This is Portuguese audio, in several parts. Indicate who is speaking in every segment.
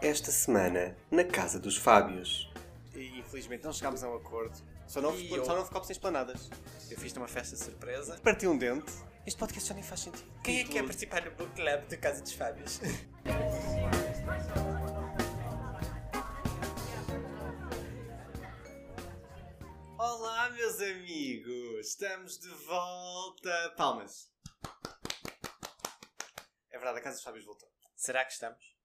Speaker 1: esta semana na Casa dos Fábios.
Speaker 2: E infelizmente não chegámos a um acordo. Só não,
Speaker 3: E
Speaker 2: ficou-
Speaker 3: eu-
Speaker 2: só não ficou sem esplanadas.
Speaker 3: Eu fiz-te uma festa surpresa.
Speaker 2: Parti um dente. Este podcast já nem faz sentido.
Speaker 3: Quem é que quer participar do book club do Casa dos Fábios?
Speaker 2: Olá, meus amigos! Estamos de volta! Palmas! É verdade, a Casa dos Fábios voltou.
Speaker 3: Será que estamos?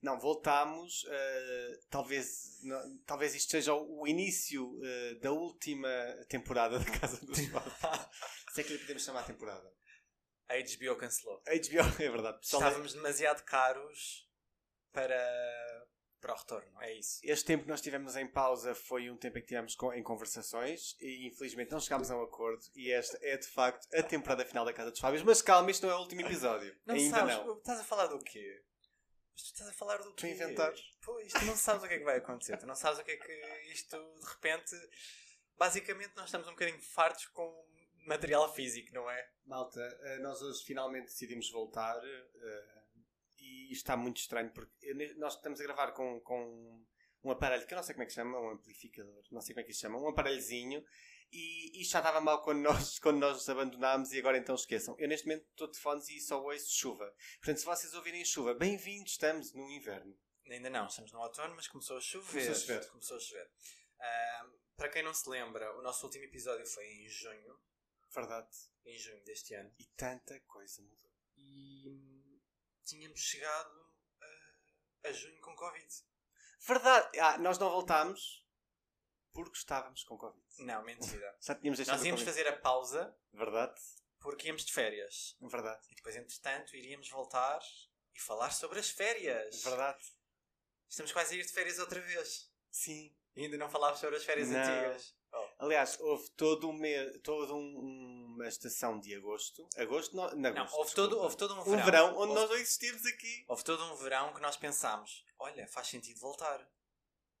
Speaker 2: Não, voltámos. eh, talvez, não- talvez isto seja o início eh, da última temporada da Casa dos Fábios. Se é que lhe podemos chamar temporada.
Speaker 3: A HBO cancelou.
Speaker 2: A HBO, é verdade. pessoal.
Speaker 3: Estávamos demasiado caros para, para o retorno, é isso.
Speaker 2: Este tempo que nós tivemos em pausa foi um tempo em que tivemos com- em conversações e infelizmente não chegámos a um acordo e esta é de facto a temporada final da Casa dos Fábios, mas calma, isto não é o último episódio.
Speaker 3: Não
Speaker 2: Ainda
Speaker 3: sabes,
Speaker 2: não.
Speaker 3: estás a falar do quê? Mas tu estás a falar do
Speaker 2: Estou
Speaker 3: quê?
Speaker 2: a inventar.
Speaker 3: Pois, tu não sabes o que é que vai acontecer. Tu não sabes o que é que isto, de repente... Basicamente, nós estamos um bocadinho fartos com material físico, não é?
Speaker 2: Malta, eh, nós hoje finalmente decidimos voltar eh, e isto está muito estranho porque eu ne- nós estamos a gravar com, com um aparelho que eu não sei como é que chama, um amplificador, não sei como é que se chama, um aparelhozinho e isto já estava mal quando nós, quando nós os abandonámos e agora então esqueçam. Eu neste momento estou de fones e só ouço chuva. Portanto, se vocês ouvirem chuva, bem-vindos, estamos no inverno.
Speaker 3: Ainda não, estamos no outono, mas começou a chover.
Speaker 2: Começou a chover.
Speaker 3: Começou a chover. Ah, para quem não se lembra, o nosso último episódio foi em junho,
Speaker 2: Verdade.
Speaker 3: em junho deste ano,
Speaker 2: E tanta coisa mudou.
Speaker 3: e tínhamos chegado ah, a junho com Covid.
Speaker 2: Verdade! Ah, nós não voltámos porque estávamos com Covid.
Speaker 3: Não, mentira.
Speaker 2: Já tínhamos deixado
Speaker 3: Nós
Speaker 2: o
Speaker 3: íamos
Speaker 2: Covid.
Speaker 3: fazer a pausa
Speaker 2: Verdade.
Speaker 3: porque íamos de férias.
Speaker 2: Verdade.
Speaker 3: E depois, entretanto, iríamos voltar e falar sobre as férias.
Speaker 2: É Verdade.
Speaker 3: Estamos quase a ir de férias outra vez.
Speaker 2: Sim.
Speaker 3: E ainda não falámos sobre as férias
Speaker 2: Não.
Speaker 3: antigas. Oh.
Speaker 2: Aliás, houve todo um mês, toda um- uma estação de agosto. Agosto, não, não,
Speaker 3: Não,
Speaker 2: agosto,
Speaker 3: houve todo,
Speaker 2: É desculpa.
Speaker 3: houve todo um
Speaker 2: um
Speaker 3: verão.
Speaker 2: verão, onde
Speaker 3: Houve-
Speaker 2: nós não existimos aqui.
Speaker 3: Houve todo um verão que nós pensámos: olha, faz sentido voltar.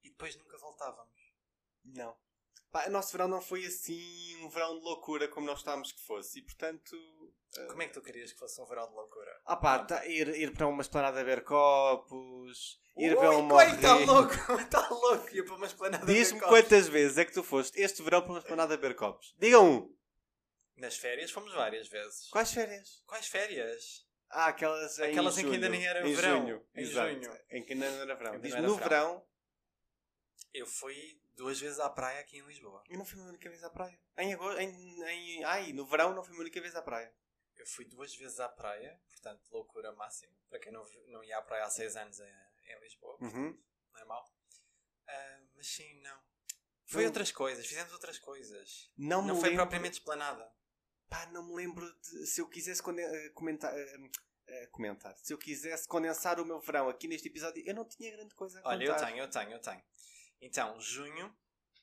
Speaker 3: E depois nunca voltávamos.
Speaker 2: Não. Pá, o nosso verão não foi assim um verão de loucura como nós estávamos que fosse. E portanto.
Speaker 3: Como é que tu querias que fosse um verão de loucura?
Speaker 2: Ah pá, tá- ir, ir para uma esplanada a ver copos, ir
Speaker 3: Ui,
Speaker 2: para um
Speaker 3: coi, tá
Speaker 2: morrinho.
Speaker 3: louco, está louco. Ia para uma esplanada.
Speaker 2: Diz-me
Speaker 3: ver copos.
Speaker 2: quantas vezes é que tu foste este verão para uma esplanada a ver copos. Diga um.
Speaker 3: Nas férias fomos várias vezes.
Speaker 2: Quais férias?
Speaker 3: Quais férias?
Speaker 2: Ah, aquelas em
Speaker 3: Aquelas em que
Speaker 2: junho.
Speaker 3: ainda nem era
Speaker 2: Em
Speaker 3: verão.
Speaker 2: Junho.
Speaker 3: Em
Speaker 2: Exato.
Speaker 3: junho.
Speaker 2: Em que ainda não era verão.
Speaker 3: Ainda
Speaker 2: Diz
Speaker 3: não era
Speaker 2: no
Speaker 3: verão.
Speaker 2: verão
Speaker 3: Eu fui duas vezes à praia aqui em Lisboa.
Speaker 2: Eu não fui uma única vez à praia. Em agosto, em, em- ai, no verão não fui uma única vez à praia.
Speaker 3: Eu fui duas vezes à praia, portanto, loucura máxima. Para quem não, vi- não ia à praia há seis anos em, em Lisboa, normal. Ah, mas sim, não. Foi
Speaker 2: Não.
Speaker 3: outras coisas, fizemos outras coisas.
Speaker 2: Não,
Speaker 3: Não
Speaker 2: me
Speaker 3: foi
Speaker 2: lembro,
Speaker 3: propriamente esplanada.
Speaker 2: pá, não me lembro de, se eu quisesse conde- eh, comentar, eh, eh, comentar. Se eu quisesse condensar o meu verão aqui neste episódio, eu não tinha grande coisa a contar.
Speaker 3: Olha, eu tenho, eu tenho, eu tenho. Então, junho,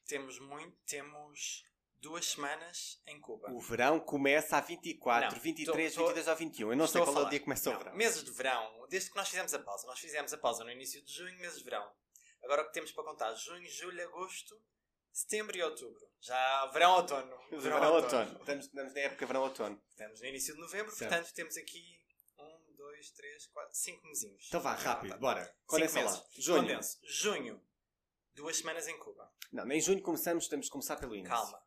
Speaker 3: temos muito, temos duas semanas em Cuba.
Speaker 2: O verão começa a 24,
Speaker 3: Não,
Speaker 2: 23,
Speaker 3: tô- tô-
Speaker 2: 22 ou 21. Eu não
Speaker 3: Estou
Speaker 2: sei
Speaker 3: a
Speaker 2: qual é o
Speaker 3: falar.
Speaker 2: dia que começa
Speaker 3: Não,
Speaker 2: o verão.
Speaker 3: Meses de verão, desde que nós fizemos a pausa. Nós fizemos a pausa no início de junho, meses de verão. Agora o que temos para contar? Junho, julho, agosto, setembro e outubro. Já verão, outono.
Speaker 2: é Estamos, estamos na época verão-outono.
Speaker 3: Estamos no início de novembro,
Speaker 2: Certo.
Speaker 3: portanto temos aqui um, dois, três, quatro, cinco mesinhos.
Speaker 2: Então vá, rápido, bora. Condensa
Speaker 3: Condensa tá, meses.
Speaker 2: lá. Junho.
Speaker 3: Condenso. Junho, duas semanas em Cuba.
Speaker 2: Não, em junho começamos, temos de começar pelo início. Ah,
Speaker 3: Calma.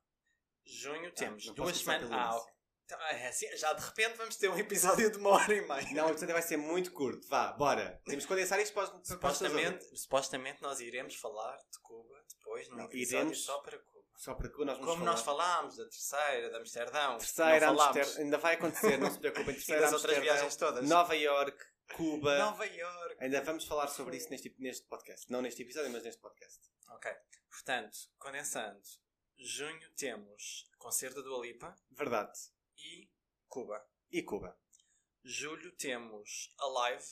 Speaker 3: Junho temos
Speaker 2: não
Speaker 3: duas
Speaker 2: posso começar
Speaker 3: semanas.
Speaker 2: pelo
Speaker 3: Ah,
Speaker 2: início.
Speaker 3: ok. Então, é assim, já de repente vamos ter um episódio de uma hora e meia.
Speaker 2: Não, o episódio vai ser muito curto. Vá, bora. Temos que condensar isto para os- para os ouvintes.
Speaker 3: Supostamente, supostamente nós iremos falar de Cuba depois num
Speaker 2: Não,
Speaker 3: episódio
Speaker 2: iremos-
Speaker 3: só para Cuba.
Speaker 2: Só para que nós vamos
Speaker 3: Como
Speaker 2: falar.
Speaker 3: nós falámos da terceira, da Amsterdão,
Speaker 2: Terceira,
Speaker 3: não falámos
Speaker 2: Amsterdã, ainda vai acontecer, não se preocupem.
Speaker 3: e
Speaker 2: Terceira,
Speaker 3: das outras
Speaker 2: Amsterdã,
Speaker 3: viagens todas.
Speaker 2: Nova York, Cuba.
Speaker 3: Nova York.
Speaker 2: Ainda vamos falar sobre isso neste, neste podcast. Não neste episódio, mas neste podcast.
Speaker 3: Ok. Portanto, condensando, junho temos concerto do Alipa
Speaker 2: Verdade.
Speaker 3: e Cuba.
Speaker 2: E Cuba.
Speaker 3: Julho temos a live,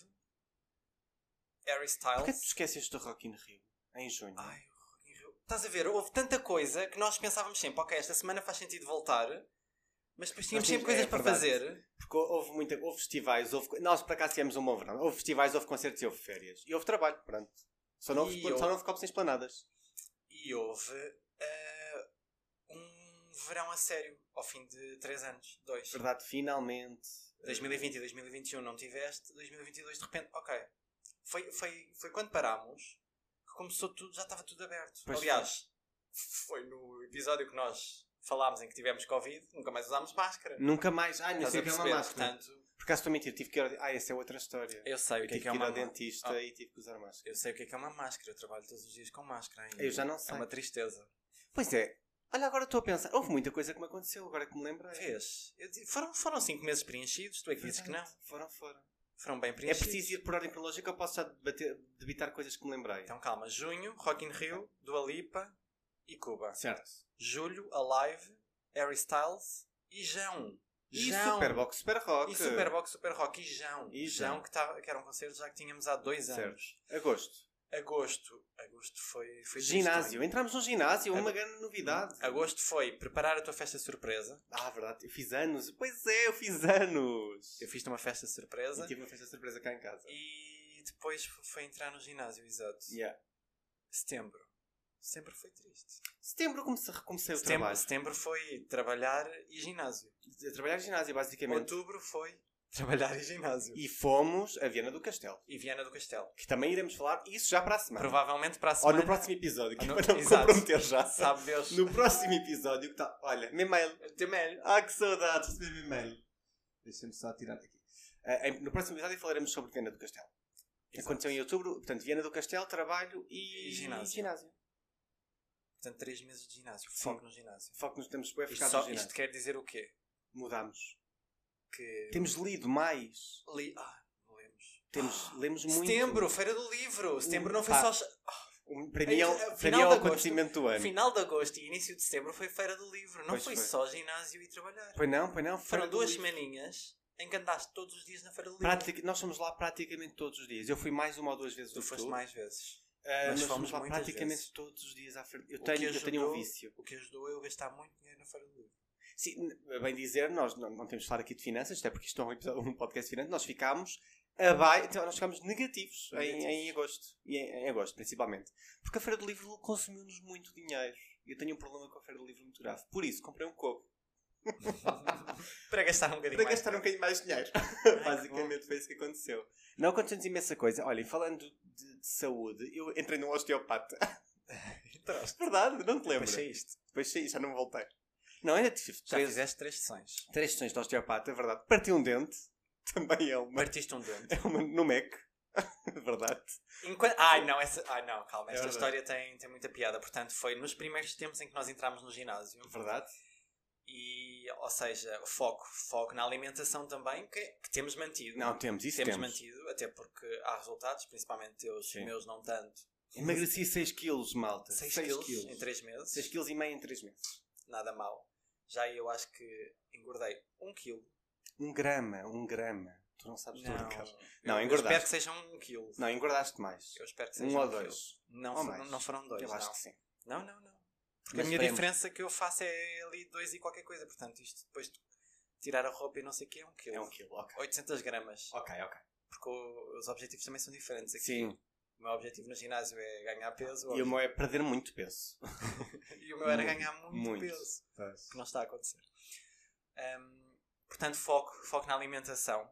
Speaker 2: Porquê
Speaker 3: Harry
Speaker 2: que tu
Speaker 3: Styles.
Speaker 2: esqueces do Rock in Rio? Em junho.
Speaker 3: Ai, o Rock in Rio. Estás a ver, houve tanta coisa que nós pensávamos sempre, ok, esta semana faz sentido voltar, mas depois
Speaker 2: tínhamos-
Speaker 3: tínhamos sempre coisas
Speaker 2: é
Speaker 3: para
Speaker 2: verdade.
Speaker 3: fazer.
Speaker 2: Porque houve, muita, houve festivais, houve, co- nós para cá tivemos um bom verão. Houve festivais, houve concertos e houve férias. E houve trabalho, pronto. Só não houve,
Speaker 3: E
Speaker 2: só
Speaker 3: houve-
Speaker 2: não houve copos sem esplanadas.
Speaker 3: E houve eh, um verão a sério, ao fim de 3 anos, 2.
Speaker 2: Verdade, finalmente.
Speaker 3: um, 2020 e 2021 não tiveste, 2022 de repente, ok, Foi, foi, foi quando parámos que começou tudo, já estava tudo aberto.
Speaker 2: Pois
Speaker 3: Aliás, foi no episódio que nós falámos em que tivemos Covid, nunca mais usámos máscara.
Speaker 2: Nunca mais. Ah, não
Speaker 3: Estás
Speaker 2: sei
Speaker 3: a
Speaker 2: o que é uma
Speaker 3: perceber?
Speaker 2: máscara.
Speaker 3: Portanto,
Speaker 2: Por acaso estou a mentir, tive que ir ao... Ah, essa é outra história.
Speaker 3: eu sei
Speaker 2: Eu
Speaker 3: o que é
Speaker 2: tive
Speaker 3: que é
Speaker 2: que ir
Speaker 3: uma
Speaker 2: ao
Speaker 3: máscara.
Speaker 2: dentista
Speaker 3: Ah.
Speaker 2: e tive que usar máscara.
Speaker 3: Eu sei o que é que é uma máscara, eu trabalho todos os dias com máscara ainda.
Speaker 2: Eu já não sei.
Speaker 3: É uma tristeza.
Speaker 2: Pois é. Olha, agora estou a pensar. Houve muita coisa que me aconteceu, agora que me lembrei.
Speaker 3: Vês? Eu di- Foram, foram cinco meses preenchidos, tu é que dizes que não.
Speaker 2: Verdade. Foram, foram.
Speaker 3: Foram bem
Speaker 2: É
Speaker 3: preenchidos.
Speaker 2: preciso ir por ordem cronológica ou posso já debater- debitar coisas que me lembrei?
Speaker 3: Então calma, junho, Rock in Rio, Dua Lipa e Cuba.
Speaker 2: certo.
Speaker 3: Julho, Alive, Harry Styles e Jão.
Speaker 2: E
Speaker 3: Jão.
Speaker 2: Superbox, Super Rock.
Speaker 3: E Superbox, Super Rock e Jão.
Speaker 2: E Jão.
Speaker 3: Jão, que, tava, que era um concerto já que tínhamos há dois
Speaker 2: Certo.
Speaker 3: anos.
Speaker 2: Agosto.
Speaker 3: Agosto. Agosto foi... foi
Speaker 2: Ginásio.
Speaker 3: triste.
Speaker 2: Entramos num ginásio,
Speaker 3: É.
Speaker 2: uma grande novidade.
Speaker 3: Agosto foi preparar a tua festa surpresa.
Speaker 2: Ah, verdade. Eu fiz anos. Pois é, eu fiz anos.
Speaker 3: Eu fiz-te uma festa surpresa.
Speaker 2: E tive uma festa surpresa cá em casa.
Speaker 3: E depois f- foi entrar no ginásio, exato.
Speaker 2: Yeah.
Speaker 3: Setembro. Setembro foi triste.
Speaker 2: Setembro comecei, comecei o
Speaker 3: Setembro,
Speaker 2: trabalho.
Speaker 3: setembro foi trabalhar e ginásio.
Speaker 2: A trabalhar em ginásio, basicamente.
Speaker 3: Outubro foi trabalhar e ginásio.
Speaker 2: E fomos a Viana do Castelo.
Speaker 3: E Viana do Castelo.
Speaker 2: Que também iremos falar isso já para a semana.
Speaker 3: Provavelmente para a
Speaker 2: Ou
Speaker 3: semana.
Speaker 2: no próximo episódio, que é
Speaker 3: Ou no-
Speaker 2: para não me
Speaker 3: Exato.
Speaker 2: comprometer já.
Speaker 3: Sabe Deus.
Speaker 2: No próximo episódio que está. Olha, meu mail.
Speaker 3: Também.
Speaker 2: Ah, que saudades de receber meu mail. Deixa-me só tirar aqui. Ah, em- no próximo episódio falaremos sobre Viana do Castelo. Aconteceu em outubro, portanto, Viana do Castelo, trabalho e,
Speaker 3: E ginásio. Portanto, três meses de ginásio. Foco no ginásio.
Speaker 2: Foco nos temos bem
Speaker 3: Isto,
Speaker 2: focados
Speaker 3: só-
Speaker 2: no ginásio.
Speaker 3: isto quer dizer o quê?
Speaker 2: Mudamos.
Speaker 3: Que.
Speaker 2: Temos lido mais.
Speaker 3: Li... Ah, não lemos.
Speaker 2: Temos, lemos muito.
Speaker 3: Ah,
Speaker 2: Uh,
Speaker 3: Setembro, Feira do Livro. Setembro não foi
Speaker 2: Pá.
Speaker 3: só. cha-
Speaker 2: Um- Para mim é,
Speaker 3: Aí,
Speaker 2: um-
Speaker 3: a-
Speaker 2: para mim
Speaker 3: final
Speaker 2: é o
Speaker 3: de agosto.
Speaker 2: acontecimento do ano.
Speaker 3: Final de agosto e início de setembro foi Feira do Livro. Não
Speaker 2: Pois
Speaker 3: foi,
Speaker 2: foi.
Speaker 3: só ginásio e trabalhar.
Speaker 2: Pois não, pois não.
Speaker 3: Foram
Speaker 2: Feira do
Speaker 3: duas
Speaker 2: Livro.
Speaker 3: semaninhas em que andaste todos os dias na Feira do Livro.
Speaker 2: Pratica- Nós fomos lá praticamente todos os dias. Eu fui mais uma ou duas vezes
Speaker 3: Tu
Speaker 2: do que
Speaker 3: foste mais vezes.
Speaker 2: Ah,
Speaker 3: Mas
Speaker 2: nós
Speaker 3: fomos
Speaker 2: fomos lá
Speaker 3: muitas
Speaker 2: praticamente
Speaker 3: vezes.
Speaker 2: todos os dias à frente. Eu
Speaker 3: O
Speaker 2: tenho,
Speaker 3: que
Speaker 2: eu tenho um
Speaker 3: ajudou-
Speaker 2: vício.
Speaker 3: O que ajudou eu a gastar muito dinheiro na Feira do Livro.
Speaker 2: Sim, n- bem dizer, nós não, não temos de falar aqui de finanças, até porque isto é um, episódio- um podcast de finanças. Nós ficámos abaixo, então, nós ficámos negativos, em-
Speaker 3: Negativos.
Speaker 2: Em, agosto. E em, em agosto, principalmente. Porque a Feira do Livro consumiu-nos muito dinheiro. E eu tenho um problema com a Feira do Livro muito grave. Por isso, comprei um coco.
Speaker 3: para gastar um bocadinho
Speaker 2: Para
Speaker 3: mais.
Speaker 2: gastar um bocadinho mais dinheiro.
Speaker 3: que
Speaker 2: Basicamente foi isso que aconteceu. Não aconteceu-nos imensa coisa. Olhem, falando de, de saúde, eu entrei num osteopata. Então,
Speaker 3: Entraste.
Speaker 2: Verdade, não te lembro.
Speaker 3: Depois saíste.
Speaker 2: Depois saí, já não voltei. Não, ainda tive
Speaker 3: Já
Speaker 2: três,
Speaker 3: fizeste três sessões.
Speaker 2: três sessões de osteopata, é verdade. Parti um dente, também é uma.
Speaker 3: Partiste um dente.
Speaker 2: É uma no Mac, é verdade.
Speaker 3: Enquanto... Ai, não, essa... Ai, não, calma.
Speaker 2: É
Speaker 3: Esta
Speaker 2: verdade.
Speaker 3: história tem, tem muita piada. Portanto, foi nos primeiros tempos em que nós entramos no ginásio.
Speaker 2: Verdade.
Speaker 3: E, ou seja, foco. Foco na alimentação também, que, que temos mantido.
Speaker 2: Não, temos, isso
Speaker 3: temos,
Speaker 2: temos.
Speaker 3: mantido, até porque há resultados, principalmente teus,
Speaker 2: Sim.
Speaker 3: meus não tanto.
Speaker 2: Emagreci 6 quilos, malta.
Speaker 3: 6
Speaker 2: Seis
Speaker 3: quilos, em 3 meses,
Speaker 2: Seis quilos e meio em 3 meses.
Speaker 3: nada mal. Já eu acho que engordei 1 quilo.
Speaker 2: Um grama, um grama. Tu não sabes tudo, cara. Não,
Speaker 3: não
Speaker 2: engordaste.
Speaker 3: Eu espero que seja 1 quilo.
Speaker 2: Não, engordaste mais.
Speaker 3: Eu espero que seja
Speaker 2: Um ou
Speaker 3: quilo.
Speaker 2: dois.
Speaker 3: Não,
Speaker 2: Ou
Speaker 3: fo-
Speaker 2: mais.
Speaker 3: não foram dois.
Speaker 2: Eu
Speaker 3: não.
Speaker 2: acho que sim.
Speaker 3: Não, não, não. Porque
Speaker 2: Mas um
Speaker 3: a minha
Speaker 2: esperemos.
Speaker 3: diferença que eu faço é ali dois e qualquer coisa. Portanto, isto depois de tirar a roupa e não sei o que é um quilo.
Speaker 2: É um quilo, ok.
Speaker 3: 800 gramas.
Speaker 2: Ok, ok.
Speaker 3: Porque o- os objetivos também são diferentes aqui.
Speaker 2: Sim.
Speaker 3: O meu objetivo no ginásio é ganhar peso.
Speaker 2: E o meu é perder muito peso.
Speaker 3: e o meu era
Speaker 2: Muito,
Speaker 3: ganhar muito,
Speaker 2: muito.
Speaker 3: peso. Que não está a acontecer. Ahm, portanto, foco, foco na alimentação.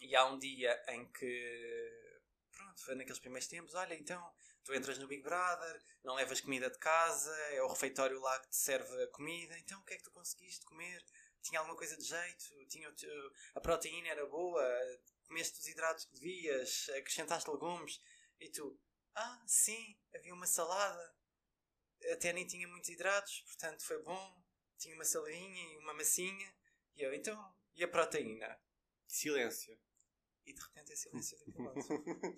Speaker 3: E há um dia em que. Pronto, foi naqueles primeiros tempos. Olha, então, tu entras no Big Brother, não levas comida de casa, é o refeitório lá que te serve a comida. Então, o que é que tu conseguiste comer? Tinha alguma coisa de jeito? Tinha o teu- a proteína era boa? Comeste os hidratos que devias? Acrescentaste legumes? E tu, ah, sim, havia uma salada. Até nem tinha muitos hidratos, portanto foi bom. Tinha uma saladinha e uma massinha. E eu, então, e a proteína?
Speaker 2: Silêncio.
Speaker 3: E de repente é silêncio daquele lado.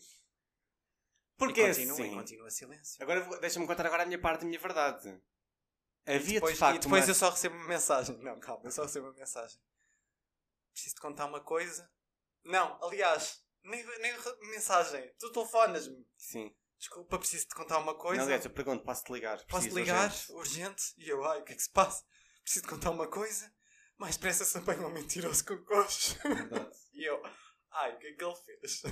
Speaker 2: Porque
Speaker 3: e
Speaker 2: é
Speaker 3: continua, e
Speaker 2: assim.
Speaker 3: continua silêncio.
Speaker 2: Agora vou- deixa-me contar agora a minha parte, a minha verdade. Havia
Speaker 3: Depois,
Speaker 2: de facto
Speaker 3: e depois
Speaker 2: uma-
Speaker 3: eu só recebo uma mensagem. Não, calma, eu só recebo uma mensagem. Preciso te contar uma coisa? Não, aliás, nem, nem re- mensagem. Tu telefonas-me.
Speaker 2: Sim.
Speaker 3: Desculpa, preciso te contar uma coisa.
Speaker 2: Não, aliás, eu pergunto, posso-te ligar?
Speaker 3: Posso
Speaker 2: Preciso
Speaker 3: ligar?
Speaker 2: urgente.
Speaker 3: Urgente. E eu, ai, o que é que se passa? Preciso de contar uma coisa? Mais depressa se apanha um mentiroso com coxo.
Speaker 2: é
Speaker 3: e eu, ai, o que é que ele fez?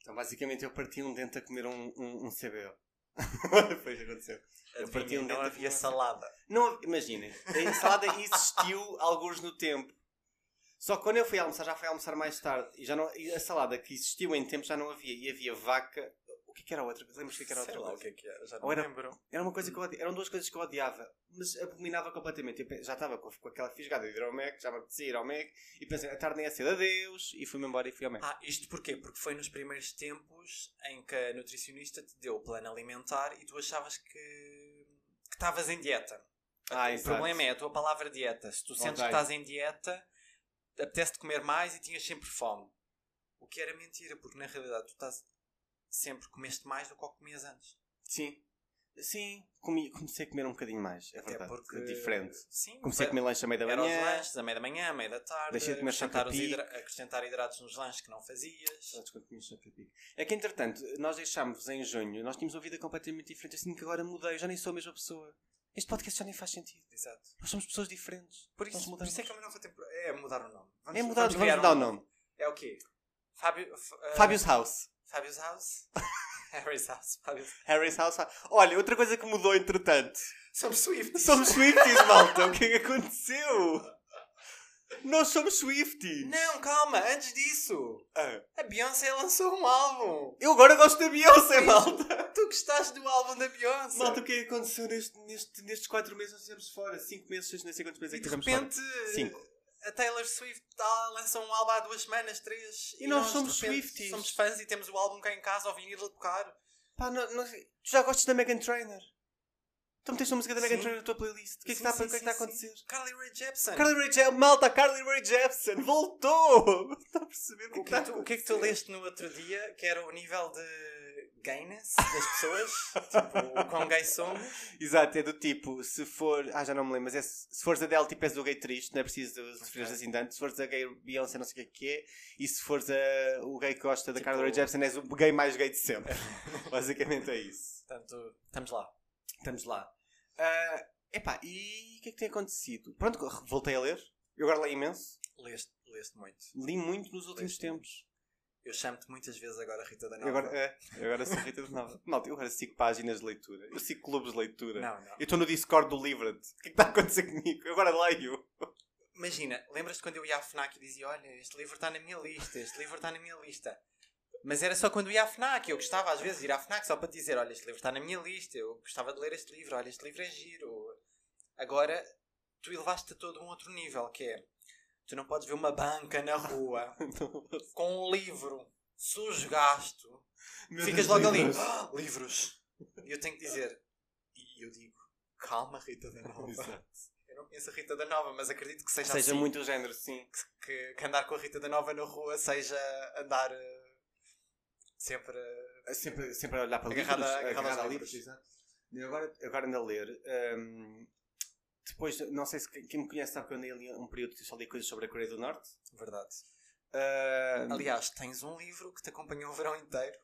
Speaker 2: Então, basicamente, eu parti um dente a comer um, um, um CBO. Foi isso que aconteceu. Eu parti
Speaker 3: Adivinha,
Speaker 2: um
Speaker 3: não
Speaker 2: dente
Speaker 3: havia
Speaker 2: de-
Speaker 3: salada.
Speaker 2: Não, havia- imaginem, a ensalada existiu alguns no tempo. Só que quando eu fui almoçar, já fui almoçar mais tarde. E, já não, e a salada que existiu em tempo já não havia. E havia vaca. O que é que era outra coisa? Lembras o que é que era outra
Speaker 3: Sei lá
Speaker 2: coisa?
Speaker 3: o que é que era, já
Speaker 2: Ou
Speaker 3: não
Speaker 2: era-
Speaker 3: lembro.
Speaker 2: Era uma coisa que eu odi- Eram duas coisas que eu odiava, mas abominava completamente. Eu pe- já estava com, com aquela fisgada de ir ao Mac, já me apetecia ir ao Mac, e pensei, a tarde nem é cedo, adeus, e fui-me embora e fui ao Mac.
Speaker 3: Ah, isto porquê? Porque foi nos primeiros tempos em que a nutricionista te deu o plano alimentar e tu achavas que que estavas em dieta.
Speaker 2: Ah,
Speaker 3: o
Speaker 2: exato.
Speaker 3: problema é a tua palavra dieta. Se tu sentes
Speaker 2: Odeio.
Speaker 3: que estás em dieta, apetece comer mais e tinhas sempre fome. O que era mentira, porque na realidade tu estás sempre comeste mais do que o que comias antes.
Speaker 2: Sim. Sim, comi- comecei a comer um bocadinho mais, é verdade. É diferente.
Speaker 3: Sim,
Speaker 2: Comecei a comer lanche à meia da
Speaker 3: era os
Speaker 2: manhã.
Speaker 3: lanches, a meia da manhã, a meia da tarde,
Speaker 2: é- Deixei de comer
Speaker 3: acrescentar, os
Speaker 2: chocapic.
Speaker 3: hidra- acrescentar hidratos nos lanches que não fazias.
Speaker 2: Sabes quando comíamos chocapic? É que entretanto, nós deixámos em junho, nós tínhamos uma vida completamente diferente. Assim que agora mudei, eu já nem sou a mesma pessoa. Este podcast já nem faz sentido.
Speaker 3: Exato.
Speaker 2: Nós somos pessoas diferentes.
Speaker 3: Por
Speaker 2: Nós
Speaker 3: isso, por
Speaker 2: mudamos.
Speaker 3: isso é que a nova temporada é mudar o nome.
Speaker 2: É mudar, vamos,
Speaker 3: criar
Speaker 2: dar o
Speaker 3: um-
Speaker 2: nome.
Speaker 3: É o quê? Fábio, f- eh,
Speaker 2: Fábio's House.
Speaker 3: Fábio's House? Harry's House. Fábio's...
Speaker 2: Harry's House. Olha, outra coisa que mudou entretanto.
Speaker 3: Somos Swift.
Speaker 2: Somos Swifties, malta. O que é que aconteceu? Nós somos Swifties.
Speaker 3: Não, calma, antes disso.
Speaker 2: Ah,
Speaker 3: A Beyoncé lançou um álbum.
Speaker 2: eu agora gosto da Beyoncé, malta.
Speaker 3: Tu gostaste do álbum da Beyoncé?
Speaker 2: Malta, o que é que aconteceu neste, neste- nestes 4 meses? Nós estivemos fora. 5 meses, seis, não sei quantos meses é
Speaker 3: e
Speaker 2: que
Speaker 3: de
Speaker 2: estivemos
Speaker 3: repente
Speaker 2: Cinco.
Speaker 3: a Taylor Swift tá, lança um álbum há duas semanas, três.
Speaker 2: E nós somos
Speaker 3: de repente,
Speaker 2: Swifties.
Speaker 3: Somos fãs e temos o álbum cá em casa ao vinil a tocar.
Speaker 2: fora. Pá, não- não- tu já gostas da Megan Trainor? Tu meteste a música da Megan
Speaker 3: Sim.
Speaker 2: Trainor na tua playlist. O que é que está
Speaker 3: Sim,
Speaker 2: a- o
Speaker 3: sim,
Speaker 2: que é que está a
Speaker 3: sim, sim.
Speaker 2: acontecer?
Speaker 3: Carly Rae Jepsen.
Speaker 2: Carly Rae Jepsen, malta, Carly Rae Jepsen voltou! Está a perceber o que,
Speaker 3: O
Speaker 2: é que está
Speaker 3: que, é que tu, o que é que tu leste no outro dia que era o nível de gayness das pessoas? tipo, o quão gay somos?
Speaker 2: Exato, é do tipo, se for. Ah, já não me lembro, mas é se se fores a Adele, tipo, és do gay triste, não é preciso sofreres assim tanto. Se fores a gay Beyoncé, não sei o que é que é. E se fores a, o gay que gosta da
Speaker 3: Tipo-
Speaker 2: Carly Rae Jepsen, és o gay mais gay de sempre. Basicamente é isso.
Speaker 3: Portanto, estamos lá.
Speaker 2: Estamos lá. Ah, epá, e o que é que tem acontecido? Pronto, voltei a ler. Eu agora leio imenso.
Speaker 3: Leste, leste muito.
Speaker 2: Li muito nos últimos
Speaker 3: Leste
Speaker 2: tempos.
Speaker 3: Eu chamo-te muitas vezes agora Rita da
Speaker 2: Eu
Speaker 3: Nova.
Speaker 2: agora, é, eu agora sou Rita de Nova. Malta, eu agora sigo páginas de leitura. Eu sigo clubes de leitura.
Speaker 3: Não, não.
Speaker 2: Eu estou no Discord do Livra-te. O que é que está a acontecer comigo? Eu agora leio.
Speaker 3: Imagina, lembras-te quando eu ia à FNAC e dizia olha, este livro está na minha lista, este livro está na minha lista. Mas era só quando eu ia à FNAC. Eu gostava às vezes de ir à FNAC só para dizer olha, este livro está na minha lista, eu gostava de ler este livro, olha, este livro é giro. Agora, tu elevaste-te a todo um outro nível, que é... Tu não podes ver uma banca na rua
Speaker 2: Então,
Speaker 3: com um livro sujo gasto, ficas logo ali, "Ah, livros. E eu tenho que dizer, e eu digo, calma Rita da Nova.
Speaker 2: Exato.
Speaker 3: eu não conheço a Rita da Nova, mas acredito que seja,
Speaker 2: Seja
Speaker 3: assim.
Speaker 2: muito o género, sim.
Speaker 3: Que, que andar com a Rita da Nova na rua seja andar eh, sempre... eh,
Speaker 2: É Sempre, sempre a olhar para
Speaker 3: Agarrada-
Speaker 2: livros.
Speaker 3: agarrada
Speaker 2: agarrada
Speaker 3: aos
Speaker 2: a
Speaker 3: livros.
Speaker 2: exato. Eu agora, agora ando a ler. hum, depois, não sei se quem, quem me conhece sabe que eu andei ali um período que eu só li coisas sobre a Coreia do Norte.
Speaker 3: Verdade.
Speaker 2: Hum,
Speaker 3: Aliás, tens um livro que te acompanhou o verão inteiro.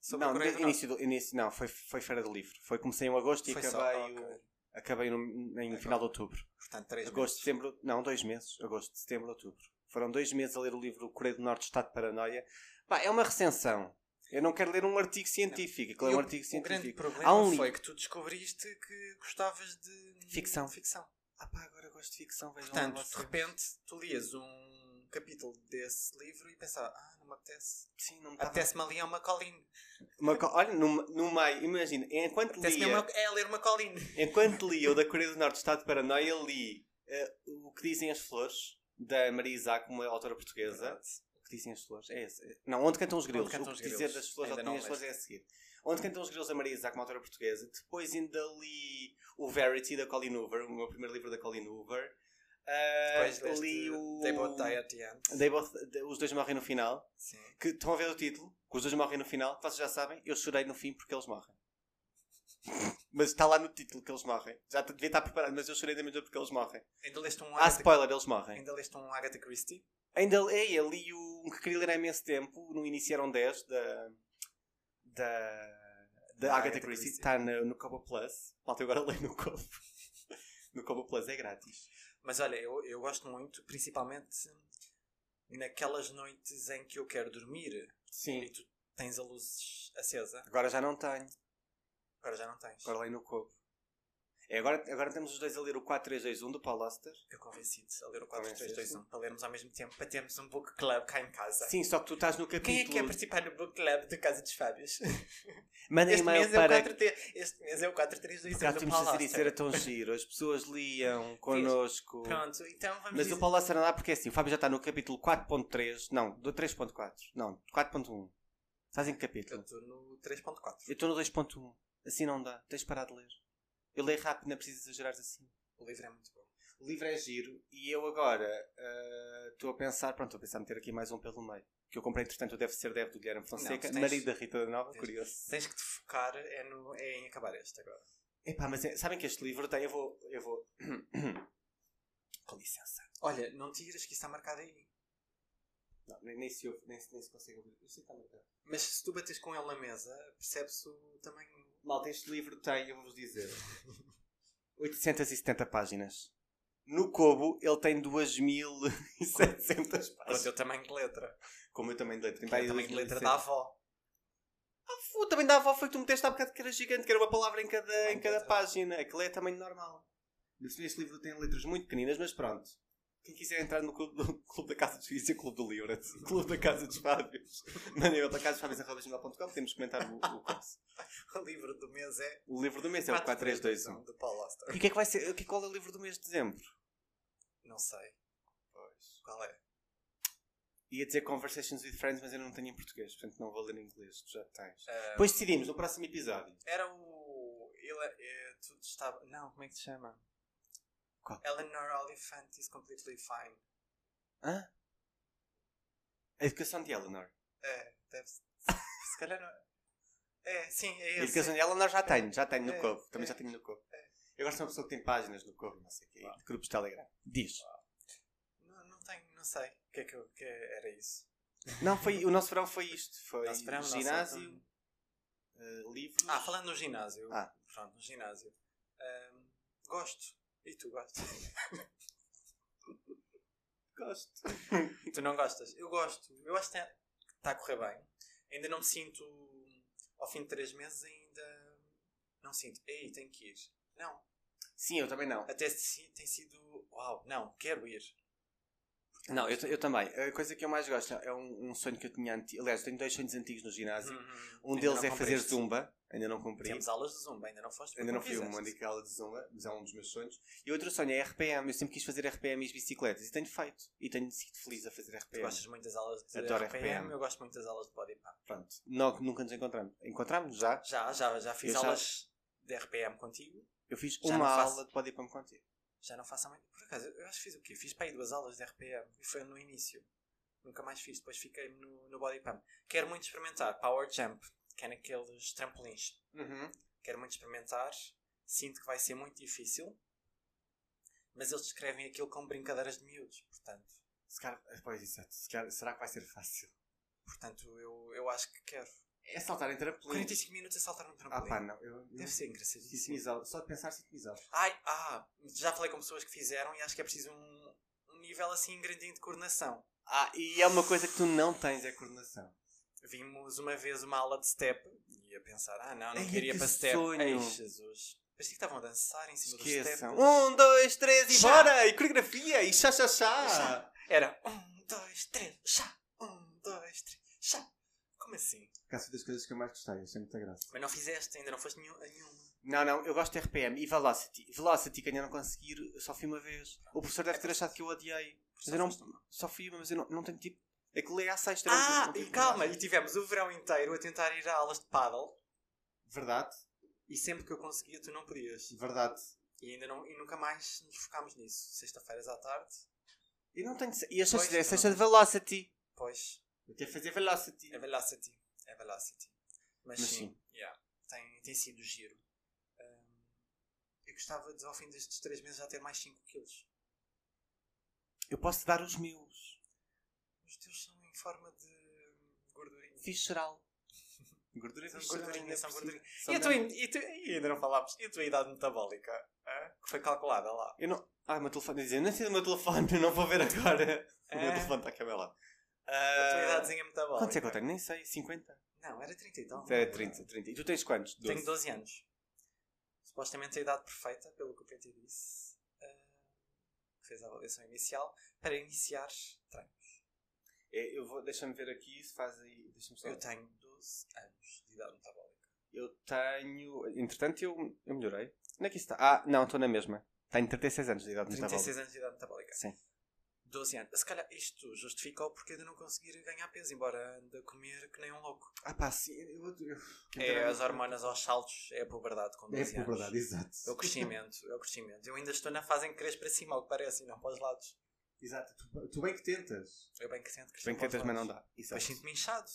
Speaker 3: Sobre
Speaker 2: não,
Speaker 3: a Coreia do
Speaker 2: de- início do, início, não, foi, foi Feira do Livro. Foi, comecei em agosto e
Speaker 3: Norte. Foi só,
Speaker 2: acabei, o-
Speaker 3: ok.
Speaker 2: acabei no, em final de outubro.
Speaker 3: Portanto, três
Speaker 2: Agosto,
Speaker 3: meses.
Speaker 2: setembro, não, dois meses. Agosto, setembro, outubro. Foram dois meses a ler o livro Coreia do Norte, Estado de Paranoia. Pá, é uma recensão. Eu não quero ler um artigo científico. aquilo é
Speaker 3: E
Speaker 2: um
Speaker 3: o-
Speaker 2: artigo
Speaker 3: O grande
Speaker 2: científico.
Speaker 3: problema
Speaker 2: Há um
Speaker 3: foi que tu descobriste que gostavas de...
Speaker 2: Ficção.
Speaker 3: Ficção.
Speaker 2: Ah pá, agora gosto de ficção. Vejam lá
Speaker 3: Portanto, de
Speaker 2: vocês.
Speaker 3: repente, tu lias um capítulo desse livro e pensava, ah, não me apetece.
Speaker 2: Sim, não me tava-
Speaker 3: Apetece-me ali a uma colina.
Speaker 2: Uma co- Olha, no, no meio, imagina, enquanto
Speaker 3: Apetece-me
Speaker 2: lia,
Speaker 3: a uma- é a ler uma colina.
Speaker 2: enquanto lia o da Coreia do Norte, Estado de Paranoia, li eh, o que dizem as flores, da Maria Isaac, uma autora portuguesa. O que dizem as flores? É esse. Não, onde cantam os grilos.
Speaker 3: Onde Cantam
Speaker 2: o
Speaker 3: os
Speaker 2: que dizer
Speaker 3: Grilos.
Speaker 2: das flores,
Speaker 3: Ainda
Speaker 2: onde
Speaker 3: não
Speaker 2: as flores é a seguir. Onde cantam os grilos da Maria Isaac, uma autora portuguesa. Depois ainda li o Verity da Colin Hoover, o meu primeiro livro da Colin Hoover. Ah,
Speaker 3: Depois leste
Speaker 2: li o.
Speaker 3: They Both Die at the End.
Speaker 2: They Both- Os dois morrem no final.
Speaker 3: Sim.
Speaker 2: Que estão a ver o título, que os dois morrem no final. Vocês já sabem, eu chorei no fim porque eles morrem. mas está lá no título que eles morrem. Já te- devia estar preparado, mas eu chorei da mesma porque eles morrem.
Speaker 3: Ainda leste um
Speaker 2: Há
Speaker 3: Agatha,
Speaker 2: Ah, spoiler, eles morrem.
Speaker 3: ainda leste um Agatha Christie.
Speaker 2: Ainda é, eu li o- um que queria ler há imenso tempo, no início eram 10 da. da. da
Speaker 3: Da
Speaker 2: Ah, Agatha
Speaker 3: Agatha
Speaker 2: Christie,
Speaker 3: Christie.
Speaker 2: está no, no Cobo Plus. Malta, eu agora leio no Cobo. no Cobo Plus é grátis.
Speaker 3: Mas olha, eu, eu gosto muito, principalmente naquelas noites em que eu quero dormir e
Speaker 2: Sim.
Speaker 3: tu tens a luz acesa.
Speaker 2: Agora já não tenho,
Speaker 3: Agora já não tens.
Speaker 2: agora leio no Cobo. É, agora, agora temos os dois a ler o 4-3-2-1 do Paul Oster.
Speaker 3: Eu convenci-te a ler o
Speaker 2: Convenceste?
Speaker 3: 4-3-2-1 para lermos ao mesmo tempo, para termos um book club cá em casa.
Speaker 2: Sim, só que tu estás no capítulo.
Speaker 3: Quem é que quer participar do book club da Casa dos Fábios?
Speaker 2: Manda
Speaker 3: Este
Speaker 2: e-mail
Speaker 3: mês, é
Speaker 2: um
Speaker 3: o
Speaker 2: para.
Speaker 3: 4 3 este mês é o 4 3 2
Speaker 2: Já
Speaker 3: 1 do
Speaker 2: temos de
Speaker 3: Paulo
Speaker 2: fazer isso,
Speaker 3: Auster.
Speaker 2: era tão giro. As pessoas liam connosco.
Speaker 3: Pronto, então vamos
Speaker 2: Mas
Speaker 3: dizer-
Speaker 2: o Paulo Lacer não dá porque é assim, o Fábio já está no capítulo 4.3, não, do 3.4, não, 4.1. Estás em que
Speaker 3: Eu
Speaker 2: capítulo?
Speaker 3: estou no 3.4.
Speaker 2: Eu estou no 2.1, assim não dá, tens de parar de ler. Eu leio rápido, não é preciso exagerar assim.
Speaker 3: O livro é muito bom.
Speaker 2: O livro é giro e eu agora ah, estou a pensar, pronto, estou a pensar em meter aqui mais um pelo meio. Que eu comprei, entretanto, o Deve Ser Deve do Guilherme Fonseca,
Speaker 3: tu tens-
Speaker 2: marido da Rita da Nova,
Speaker 3: tens-
Speaker 2: curioso.
Speaker 3: Tens que te focar é no, é em acabar este agora.
Speaker 2: Epá, mas é- sabem que este livro tem, eu vou, eu vou... Com licença.
Speaker 3: Olha, não tiras que isso está marcado aí.
Speaker 2: Não, nem, nem se ouve, nem, se- nem se consegue ouvir. Eu sei que está muito bem.
Speaker 3: Mas se tu bates com ele na mesa, percebe-se o tamanho.
Speaker 2: Malta, este livro tem, eu vou-vos dizer, 870 páginas. No Kobo, ele tem 2700
Speaker 3: é O
Speaker 2: páginas.
Speaker 3: teu tamanho de letra.
Speaker 2: Como eu também de letra. Tem
Speaker 3: Que é o tamanho de letra da avó.
Speaker 2: avó. Também da avó foi que tu meteste há bocado que era gigante, que era uma palavra em cada, em
Speaker 3: Tamanho de
Speaker 2: cada
Speaker 3: letra.
Speaker 2: página. Aquele é tamanho normal. Este livro tem letras muito pequeninas, mas pronto. Quem quiser entrar no clube, do- clube da Casa dos Físicos e Clube do Livro, é Clube da Casa dos Fábios, mandem-me para casa temos que comentar o, o caso.
Speaker 3: O livro do mês é.
Speaker 2: O livro do mês é o 4321.
Speaker 3: Do Paulo Oster.
Speaker 2: E o que é que vai ser? O que, qual é o livro do mês de dezembro?
Speaker 3: Não sei. Pois. Qual é?
Speaker 2: Ia dizer Conversations with Friends, mas eu não tenho em português, portanto não vou ler em inglês, tu já tens.
Speaker 3: Ah,
Speaker 2: Depois decidimos no próximo episódio.
Speaker 3: Era o. Ele é, tudo estava. Não, como é que se chama?
Speaker 2: Qual?
Speaker 3: Eleanor Oliphant is completely fine.
Speaker 2: Hã? A Educação de Eleanor.
Speaker 3: É, deve se. se calhar não. É, sim, é
Speaker 2: a
Speaker 3: esse.
Speaker 2: Educação de Eleanor já tenho, já tenho no
Speaker 3: É,
Speaker 2: Covo, também
Speaker 3: é.
Speaker 2: já tenho no Covo. Eu gosto de uma pessoa que tem páginas no Covo, não sei o quê, de grupos de Telegram. Diz.
Speaker 3: Não, não tenho, não sei. O que é que, eu- que era isso?
Speaker 2: Não, foi, o nosso verão foi isto. Foi
Speaker 3: Nosso verão, nossa,
Speaker 2: ginásio,
Speaker 3: então-
Speaker 2: eh, livros...
Speaker 3: Ah, falando no ginásio.
Speaker 2: Ah.
Speaker 3: Pronto, no ginásio. Ahm, gosto. E tu gostas?
Speaker 2: gosto.
Speaker 3: tu não gostas? Eu gosto. Eu acho que está a correr bem. Ainda não me sinto. Ao fim de três meses, ainda. Não sinto. Ei, tenho que ir. Não.
Speaker 2: Sim, eu também não.
Speaker 3: Até se- tem sido. Uau, não, quero ir.
Speaker 2: Não, eu, t- eu também. A coisa que eu mais gosto é um, um sonho que eu tinha antigo. Aliás, tenho dois sonhos antigos no ginásio. Um
Speaker 3: Uhum. hum, Ainda
Speaker 2: deles
Speaker 3: não
Speaker 2: é fazer
Speaker 3: cumpriste.
Speaker 2: zumba. Ainda não cumpri.
Speaker 3: Temos aulas de zumba, ainda não foste?
Speaker 2: Ainda não um
Speaker 3: porque
Speaker 2: fui uma
Speaker 3: fizeste.
Speaker 2: única aula de zumba, mas é um dos meus sonhos. E outro sonho é RPM. Eu sempre quis fazer RPM e as bicicletas. E tenho feito. E tenho sido feliz a fazer
Speaker 3: Tu
Speaker 2: RPM.
Speaker 3: gostas muito das aulas de
Speaker 2: Adoro
Speaker 3: RPM,
Speaker 2: RPM.
Speaker 3: eu gosto muito das aulas de body pump.
Speaker 2: Pronto. Nós nunca nos encontramos. Encontramos já.
Speaker 3: Já, já, já fiz
Speaker 2: Eu já-
Speaker 3: aulas de RPM contigo,
Speaker 2: Eu fiz
Speaker 3: Já
Speaker 2: uma
Speaker 3: não faço.
Speaker 2: aula de Pode ir para me contigo.
Speaker 3: já não faço há muito. Por acaso, eu acho que fiz o quê? Fiz para aí duas aulas de RPM e foi no início. Nunca mais fiz, depois fiquei no, no body pump. Quero muito experimentar Power Jump, que é naqueles trampolins.
Speaker 2: Uhum.
Speaker 3: Quero muito experimentar, sinto que vai ser muito difícil, mas eles descrevem aquilo como brincadeiras de miúdos, portanto.
Speaker 2: Se calhar, pois, exato. Se calhar- será que vai ser fácil?
Speaker 3: Portanto, eu, eu acho que quero.
Speaker 2: É saltar em trampolim.
Speaker 3: 45 minutos a saltar no
Speaker 2: Ah
Speaker 3: trampolim.
Speaker 2: pá, não. Eu, eu
Speaker 3: Deve ser engraçadíssimo.
Speaker 2: sintonizado. Só de pensar sintonizado.
Speaker 3: Ai, ah, já falei com pessoas que fizeram e acho que é preciso um, um nível assim grandinho de coordenação.
Speaker 2: Ah, e é uma coisa que tu não tens, é coordenação.
Speaker 3: Vimos uma vez uma aula de step e a pensar, ah não, não
Speaker 2: Ai,
Speaker 3: queria
Speaker 2: que
Speaker 3: para step.
Speaker 2: sonho.
Speaker 3: Ai, Jesus. Parecia que estavam a dançar em cima
Speaker 2: Esqueçam.
Speaker 3: do step.
Speaker 2: Um, dois, três e
Speaker 3: Chá.
Speaker 2: bora! E coreografia! E chá, chá, chá!
Speaker 3: Chá. Era um, dois, três, chá. Um, dois, três, chá. Como assim?
Speaker 2: Caso das coisas que eu mais gostei, achei muita graça.
Speaker 3: Mas não fizeste, ainda não foste nenhum, a nenhuma.
Speaker 2: Não, não, eu gosto de RPM e Velocity. Velocity, que ainda não conseguir, eu só fui uma vez. O professor deve ter achado que eu odiei. Mas eu não, só fui uma, mas eu não, não tenho tipo. Aquilo é à sexta. eu não-
Speaker 3: Ah,
Speaker 2: não tenho tipo
Speaker 3: e calma, e
Speaker 2: coragem.
Speaker 3: tivemos o verão inteiro a tentar ir a aulas de paddle
Speaker 2: Verdade,
Speaker 3: e sempre que eu conseguia tu não podias.
Speaker 2: verdade.
Speaker 3: E ainda não, e nunca mais nos focámos nisso. Sexta-feiras à tarde,
Speaker 2: E não tenho. E a sexta,
Speaker 3: Pois,
Speaker 2: a sexta
Speaker 3: não.
Speaker 2: de Velocity.
Speaker 3: pois
Speaker 2: Eu quero fazer Velocity.
Speaker 3: é velocity, é velocity. Mas,
Speaker 2: Mas
Speaker 3: sim,
Speaker 2: sim.
Speaker 3: yeah, tem, tem sido giro. Ahm, eu gostava de ao fim destes 3 meses já ter mais 5 quilos.
Speaker 2: Eu posso dar os meus.
Speaker 3: Os teus são em forma de gordurinha.
Speaker 2: Visceral. Gordura
Speaker 3: São
Speaker 2: visceral,
Speaker 3: gordurinha,
Speaker 2: ainda
Speaker 3: são
Speaker 2: por cima.
Speaker 3: gordurinha.
Speaker 2: São
Speaker 3: E a, tua,
Speaker 2: mesmo-
Speaker 3: e, a tua- e ainda não falámos, e a tua idade metabólica? hã? Que foi calculada lá.
Speaker 2: Eu não. Ah, o meu telefone. Dizia, não sei do meu telefone, não vou ver agora. O meu
Speaker 3: É.
Speaker 2: telefone está cabelado.
Speaker 3: A tua idadezinha metabólica.
Speaker 2: Quanto é que eu tenho? Nem sei, 50?
Speaker 3: Não, era 30 e tal.
Speaker 2: É 30, 30. E tu tens quantos?
Speaker 3: Tenho
Speaker 2: 12.
Speaker 3: 12 anos. supostamente a idade perfeita, pelo que o PT disse, eh, que fez a avaliação inicial, para iniciar treinos.
Speaker 2: É, eu vou, deixa-me ver aqui se faz aí. Deixa-me só.
Speaker 3: Eu tenho 12 anos de idade metabólica.
Speaker 2: Eu tenho. Entretanto, eu, eu melhorei. Onde é que isso está? Ah, não, estou na mesma. Tenho 36 anos de idade metabólica.
Speaker 3: 36 anos de idade metabólica.
Speaker 2: Sim.
Speaker 3: 12 anos. Se calhar isto justificou porque ainda não conseguir ganhar peso, embora ande a comer que nem um louco.
Speaker 2: Ah, pá, sim. Eu, eu, eu,
Speaker 3: É as hormonas aos saltos, é a puberdade com 12
Speaker 1: É
Speaker 3: anos.
Speaker 1: verdade, exato.
Speaker 3: É o crescimento, é o crescimento. Eu ainda estou na fase em que cresce para cima, ao que parece, e não para os lados.
Speaker 1: Exato. Tu, tu bem que tentas.
Speaker 3: Eu bem que sinto crescer
Speaker 2: Bem que
Speaker 3: para os
Speaker 2: tentas, mas não
Speaker 3: lados.
Speaker 2: dá.
Speaker 3: Depois sinto-me inchado,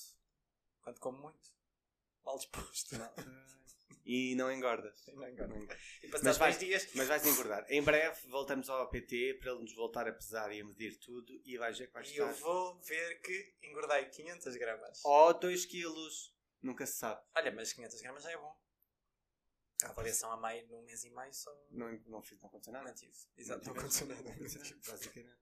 Speaker 3: quando como muito. Mal disposto.
Speaker 2: E não engordas.
Speaker 3: E não engordo.
Speaker 2: Não engordas.
Speaker 3: E passados
Speaker 2: Mas
Speaker 3: mais
Speaker 2: vais,
Speaker 3: dias,
Speaker 2: mas vais engordar. Em breve voltamos ao PT para ele nos voltar a pesar e a medir tudo e vais ver que vais
Speaker 3: e eu
Speaker 2: estar. Oh.
Speaker 3: vou ver que engordei 500 gramas.
Speaker 2: Ou 2 quilos. Nunca se sabe.
Speaker 3: Olha, mas 500 gramas já é bom. A avaliação a meio, num mês e meio, só...
Speaker 2: Não, não, fiz, não aconteceu nada.
Speaker 3: Mantive. Exato, não aconteceu nada.
Speaker 2: Basicamente.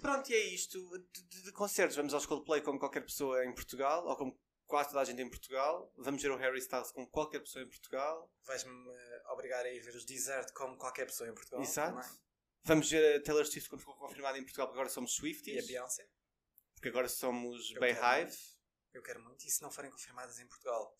Speaker 2: Pronto, e é isto. De, de- de concertos, vamos aos Coldplay como qualquer pessoa em Portugal, ou como quase toda a gente em Portugal. Vamos ver o Harry Styles como qualquer pessoa em Portugal.
Speaker 3: Vais-me eh, obrigar a ir ver os Desert como qualquer pessoa em Portugal. é?
Speaker 2: Exato.
Speaker 3: também.
Speaker 2: Vamos ver a Taylor Swift como ficou confirmada em Portugal, porque agora somos
Speaker 3: E a
Speaker 2: Swifties.
Speaker 3: Beyoncé.
Speaker 2: Porque agora somos
Speaker 3: Eu quero
Speaker 2: Bayhive.
Speaker 3: muito. Eu quero muito. E se não forem confirmadas em Portugal?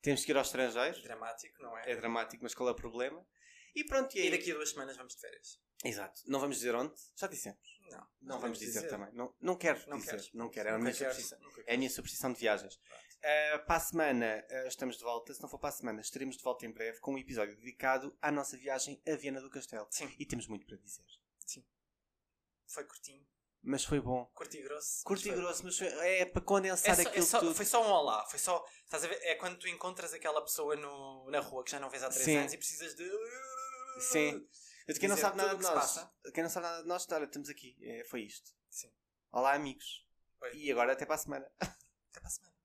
Speaker 2: Temos que ir aos estrangeiros.
Speaker 3: Dramático, não é?
Speaker 2: É dramático, mas qual é o problema? E pronto, e é
Speaker 3: E
Speaker 2: isto.
Speaker 3: daqui a duas semanas vamos de férias.
Speaker 2: Exato. Não vamos dizer onde? Já dissemos.
Speaker 3: Não.
Speaker 2: Não vamos dizer, também. Não, não quero
Speaker 3: Não
Speaker 2: dizer.
Speaker 3: queres.
Speaker 2: Não quero. É a
Speaker 3: Nunca
Speaker 2: minha
Speaker 3: quero,
Speaker 2: superstição.
Speaker 3: nunca
Speaker 2: É a
Speaker 3: quero.
Speaker 2: minha superstição de viagens. Uh, para a semana uh, estamos de volta. Se não for para a semana, estaremos de volta em breve com um episódio dedicado à nossa viagem a Viena do Castelo.
Speaker 3: Sim.
Speaker 2: E temos muito para dizer.
Speaker 3: Foi curtinho.
Speaker 2: Mas foi bom.
Speaker 3: Curto e grosso.
Speaker 2: Curto e
Speaker 3: Mas foi-
Speaker 2: grosso, mas foi- é para condensar
Speaker 3: É só, é
Speaker 2: aquilo
Speaker 3: só-
Speaker 2: tudo.
Speaker 3: foi só um olá, foi só. Estás a ver? É quando tu encontras aquela pessoa no, na rua que já não vês há 3
Speaker 2: Sim.
Speaker 3: anos e precisas de.
Speaker 2: Sim. Portanto, Quem não
Speaker 3: dizer
Speaker 2: sabe nada de
Speaker 3: tudo o que se
Speaker 2: nós,
Speaker 3: passa.
Speaker 2: quem não sabe nada de nós, olha, estamos aqui. É, foi isto.
Speaker 3: Sim.
Speaker 2: Olá, amigos.
Speaker 3: Foi.
Speaker 2: E agora até para a semana.
Speaker 3: Até para a semana.